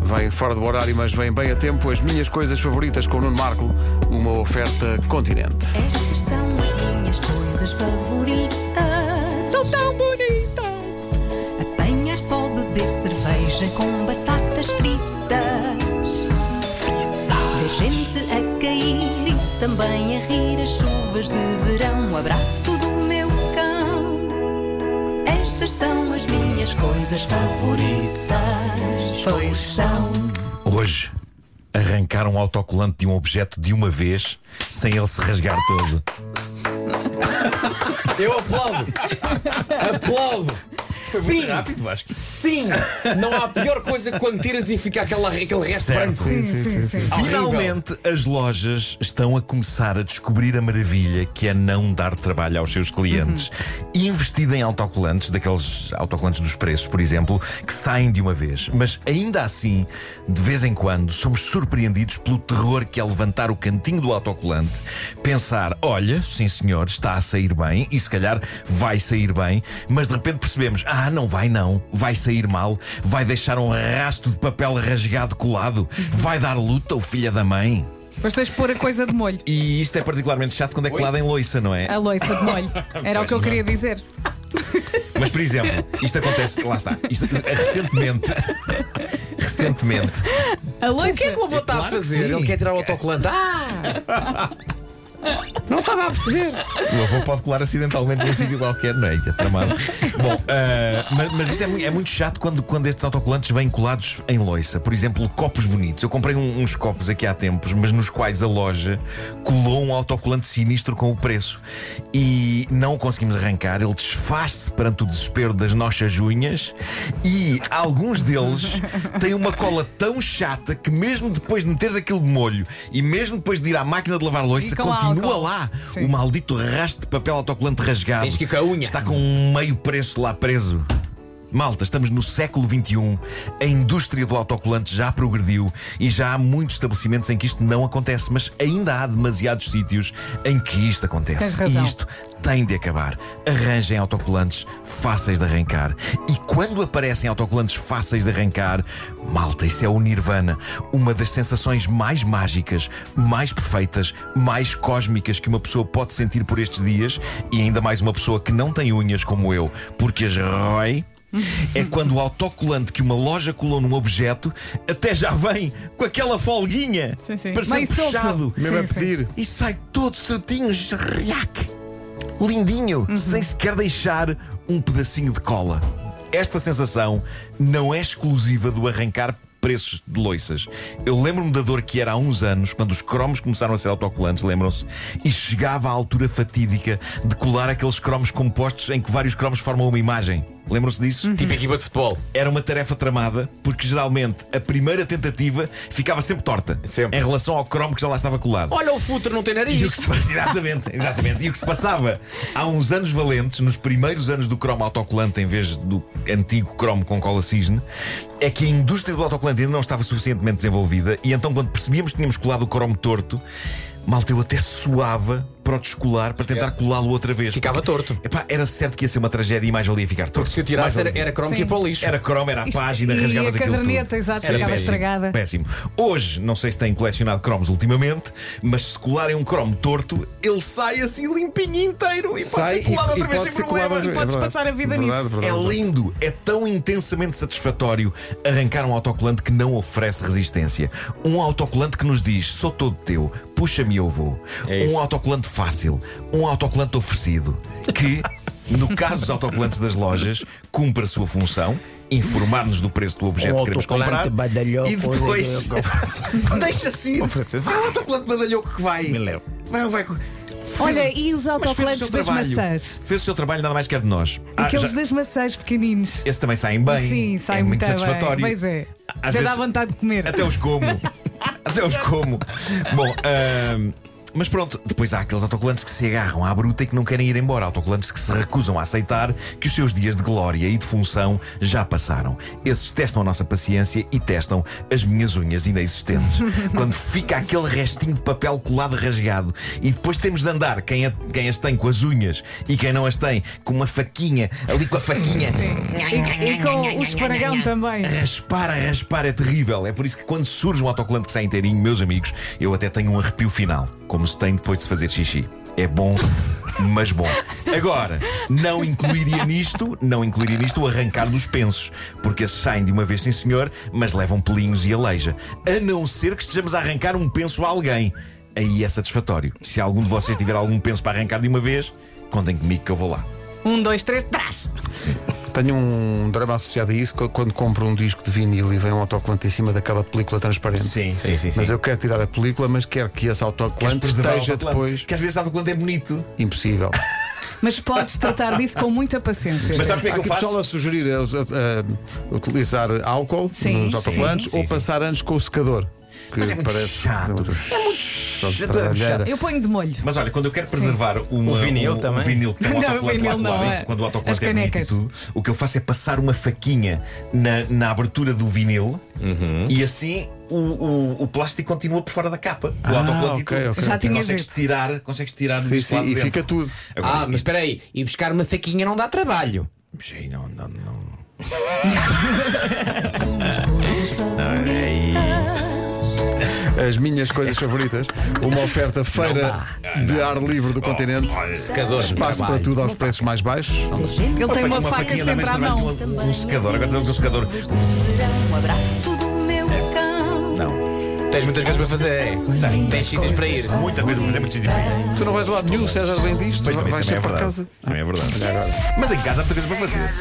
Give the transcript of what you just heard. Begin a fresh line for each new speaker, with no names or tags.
Vem fora do horário, mas vem bem a tempo. As minhas coisas favoritas com o Nuno Marco, uma oferta continente.
Estas são as minhas coisas favoritas. São tão bonitas! Apanhar só, beber cerveja com batatas fritas. Ver gente a cair e também a rir as chuvas de verão. O abraço do meu cão. Estas são as minhas coisas favoritas. Pois são.
Hoje arrancar um autocolante de um objeto de uma vez sem ele se rasgar todo.
Eu aplaudo! aplaudo! Sim!
É Rápido, acho que
Sim! Não há pior coisa que quando tiras e fica aquela, aquele
é
resto branco.
Finalmente, as lojas estão a começar a descobrir a maravilha que é não dar trabalho aos seus clientes. Investido em autocolantes, daqueles autocolantes dos preços, por exemplo, que saem de uma vez. Mas ainda assim, de vez em quando, somos surpreendidos pelo terror que é levantar o cantinho do autocolante, pensar: olha, sim senhor, está a sair bem e se calhar vai sair bem, mas de repente percebemos: ah, não vai não, vai sair mal, vai deixar um rastro de papel rasgado colado, vai dar luta o filho da mãe.
Depois tens de pôr a coisa de molho.
E isto é particularmente chato quando é colado em loiça, não é?
A loiça de molho. Era o que eu
Pois não.
queria dizer.
Mas, por exemplo, isto acontece, lá está, isto, recentemente, recentemente,
A loiça.
O que é que o avô está
Claro
a
que
fazer?
sim.
Ele quer tirar o autocolante. Ah! Não estava a perceber.
o avô pode colar acidentalmente num sítio qualquer, não é? Que É tramado. Bom, ah, mas, mas isto é, mu- é muito chato quando, quando estes autocolantes vêm colados em loiça. Por exemplo, copos bonitos. Eu comprei um- uns copos aqui há tempos, mas nos quais a loja colou um autocolante sinistro com o preço. E não o conseguimos arrancar, ele desfaz-se perante o desespero das nossas unhas e alguns deles têm uma cola tão chata que mesmo depois de meteres aquilo de molho e mesmo depois de ir à máquina de lavar louça,
Fica lá
continua
álcool.
lá
Sim.
o maldito rastro de papel autocolante rasgado.
Tens que ir com a unha.
Está com um meio preço lá preso. Malta, estamos no século XXI, a indústria do autocolante já progrediu e já há muitos estabelecimentos em que isto não acontece, mas ainda há demasiados sítios em que isto
Tens
acontece.
razão.
E isto tem de acabar. Arranjem autocolantes fáceis de arrancar. E quando aparecem autocolantes fáceis de arrancar, malta, isso é o Nirvana. Uma das sensações mais mágicas, mais perfeitas, mais cósmicas que uma pessoa pode sentir por estes dias. E ainda mais uma pessoa que não tem unhas como eu, porque as rói. É quando o autocolante que uma loja colou num objeto até já vem com aquela folguinha
Sim, sim.
para ser
Meio solto.
puxado
Mesmo
Sim,
a pedir.
e sai todo certinho, jarriac, lindinho, sem sequer deixar um pedacinho de cola. Esta sensação não é exclusiva do arrancar preços de loiças. Eu lembro-me da dor que era há uns anos, quando os cromos começaram a ser autocolantes, lembram-se, e chegava à altura fatídica de colar aqueles cromos compostos em que vários cromos formam uma imagem. Lembram-se disso?
Tipo equipa de futebol.
era uma tarefa tramada, porque geralmente a primeira tentativa ficava sempre torta
Sempre.
em relação ao cromo que já lá estava colado.
Olha, o futre não tem
E o que
nariz.
se passa- exatamente, exatamente. E o que se passava há uns anos valentes, nos primeiros anos do cromo autocolante em vez do antigo cromo com cola cisne, é que a indústria do autocolante ainda não estava suficientemente desenvolvida e então quando percebíamos que tínhamos colado o cromo torto, malta eu até suava para o descolar para tentar colá-lo outra vez.
Ficava torto.
Epá, era certo que ia ser uma tragédia e mais valia ficar torto.
Porque se eu tirasse era, era cromo que ia
Sim.
para o lixo.
um. Era cromo, era a
Isto-
página,
e
rasgavas
a
aquilo
caderneta,
tudo.
exato,
Era
ficava
péssimo,
estragada.
Péssimo. Hoje, não sei se têm colecionado cromos ultimamente, mas se colarem um cromo torto, ele sai assim limpinho inteiro e
Sai
pode ser colado
e-
outra
e
vez
pode
sem
ser colado
problema.
outra vez.
Podes
É verdade.
passar a vida
Verdade,
nisso.
verdade,
É
verdade.
lindo, é tão intensamente satisfatório arrancar um autocolante que não oferece resistência. Um autocolante que nos diz: sou todo teu, puxa-me eu vou.
É
um autocolante fácil, um autocolante oferecido, que, no caso dos autocolantes das lojas, cumpre a sua função. Informar-nos do preço do objeto que queremos comprar
autocolante
e depois deixa-se ir. Vai o autocolante badalhoco que vai. Vai, vai.
Olha, e
Mas fez o
os
seu
autocolantes das
trabalho.
maçãs?
Fez o seu trabalho, nada mais quer de nós. Ah,
Aqueles
já-
das maçãs pequeninos.
esse também saem bem.
Sim, sai
é muito
muito bem.
satisfatório.
Pois é.
Às
Até dá
vezes-
vontade de comer.
Até os como. Até os como. Bom, ahm, mas pronto, depois há aqueles autocolantes que se agarram à bruta e que não querem ir embora. Autocolantes que se recusam a aceitar que os seus dias de glória e de função já passaram. Esses testam a nossa paciência e testam as minhas unhas inexistentes. Quando fica aquele restinho de papel colado rasgado e depois temos de andar quem, a- quem as tem com as unhas e quem não as tem com uma faquinha, ali com a faquinha.
E, e com o esparagão também.
Raspar a raspar é terrível. É por isso que quando surge um autocolante que sai inteirinho, meus amigos, eu até tenho um arrepio final, como se tem depois de se fazer xixi. É bom, mas bom. Agora, não incluiria nisto, não incluiria nisto o arrancar dos pensos, porque esses saem de uma vez, sim senhor, mas levam pelinhos e aleija. A não ser que estejamos a arrancar um penso a alguém. Aí é satisfatório. Se algum de vocês tiver algum penso para arrancar de uma vez, contem comigo que eu vou lá.
Um, dois, três, trás!
Tenho um drama associado a isso co- quando compro um disco de vinil e vem um autocolante em cima daquela película transparente.
Sim, sim, sim,
Mas
sim.
eu quero tirar a película, mas quero que esse
Queres
autocolante
preservar o
esteja
autocolante?
depois.
Que às vezes o autocolante é bonito.
Impossível.
Mas podes tratar disso com muita paciência.
Mas sabes como é
Há
que eu
aqui
faço?
pessoal a sugerir eh, eh, utilizar álcool
Sim.
nos autocolantes
Sim, sim,
ou
sim.
passar antes com o secador. Que
Mas é muito chato.
É muito chato.
é muito chato.
Eu ponho de molho.
Mas olha, quando eu quero preservar uma-
O vinil
um,
também?
um vinil que tem um
Não,
autocolante lá
vinil não,
colado, hein?
é.
quando o
As
autocolante é bonito e
canecas.
tudo, o que eu faço é passar uma faquinha na, na abertura do vinil
Uhum.
e assim o, o, o plástico continua por fora da capa. O
Ah,
autocolante e
ok,
tudo.
ok.
Já
E
tinhas
consegues
dito.
tirar, consegues tirar
Sim,
disso
sim,
lá de
e
dentro.
fica tudo.
Agora,
Ah, mas espera aí, ir buscar uma faquinha não dá trabalho.
Sim, não, não, não.
Coisas favoritas.
As minhas coisas favoritas. Uma oferta feira de ar livre do continente.
Secador,
Espaço para
trabalho.
tudo aos preços mais baixos.
Gente
Ele tem uma,
Uma
faca
faquinha dá
sempre
mais
à
trabalho
mão.
que Um, um secador, agora dizemos que um secador.
Um abraço do meu cão.
Não,
Tens muitas coisas para fazer. Tens sítios para ir.
muita coisa, mas é muito difícil.
Tu não vais lá de nenhum, César bem disto,
Pois também,
vais
isso também
sempre
é
para
verdade.
casa.
Também é verdade. Mas em casa há muita coisa para fazer.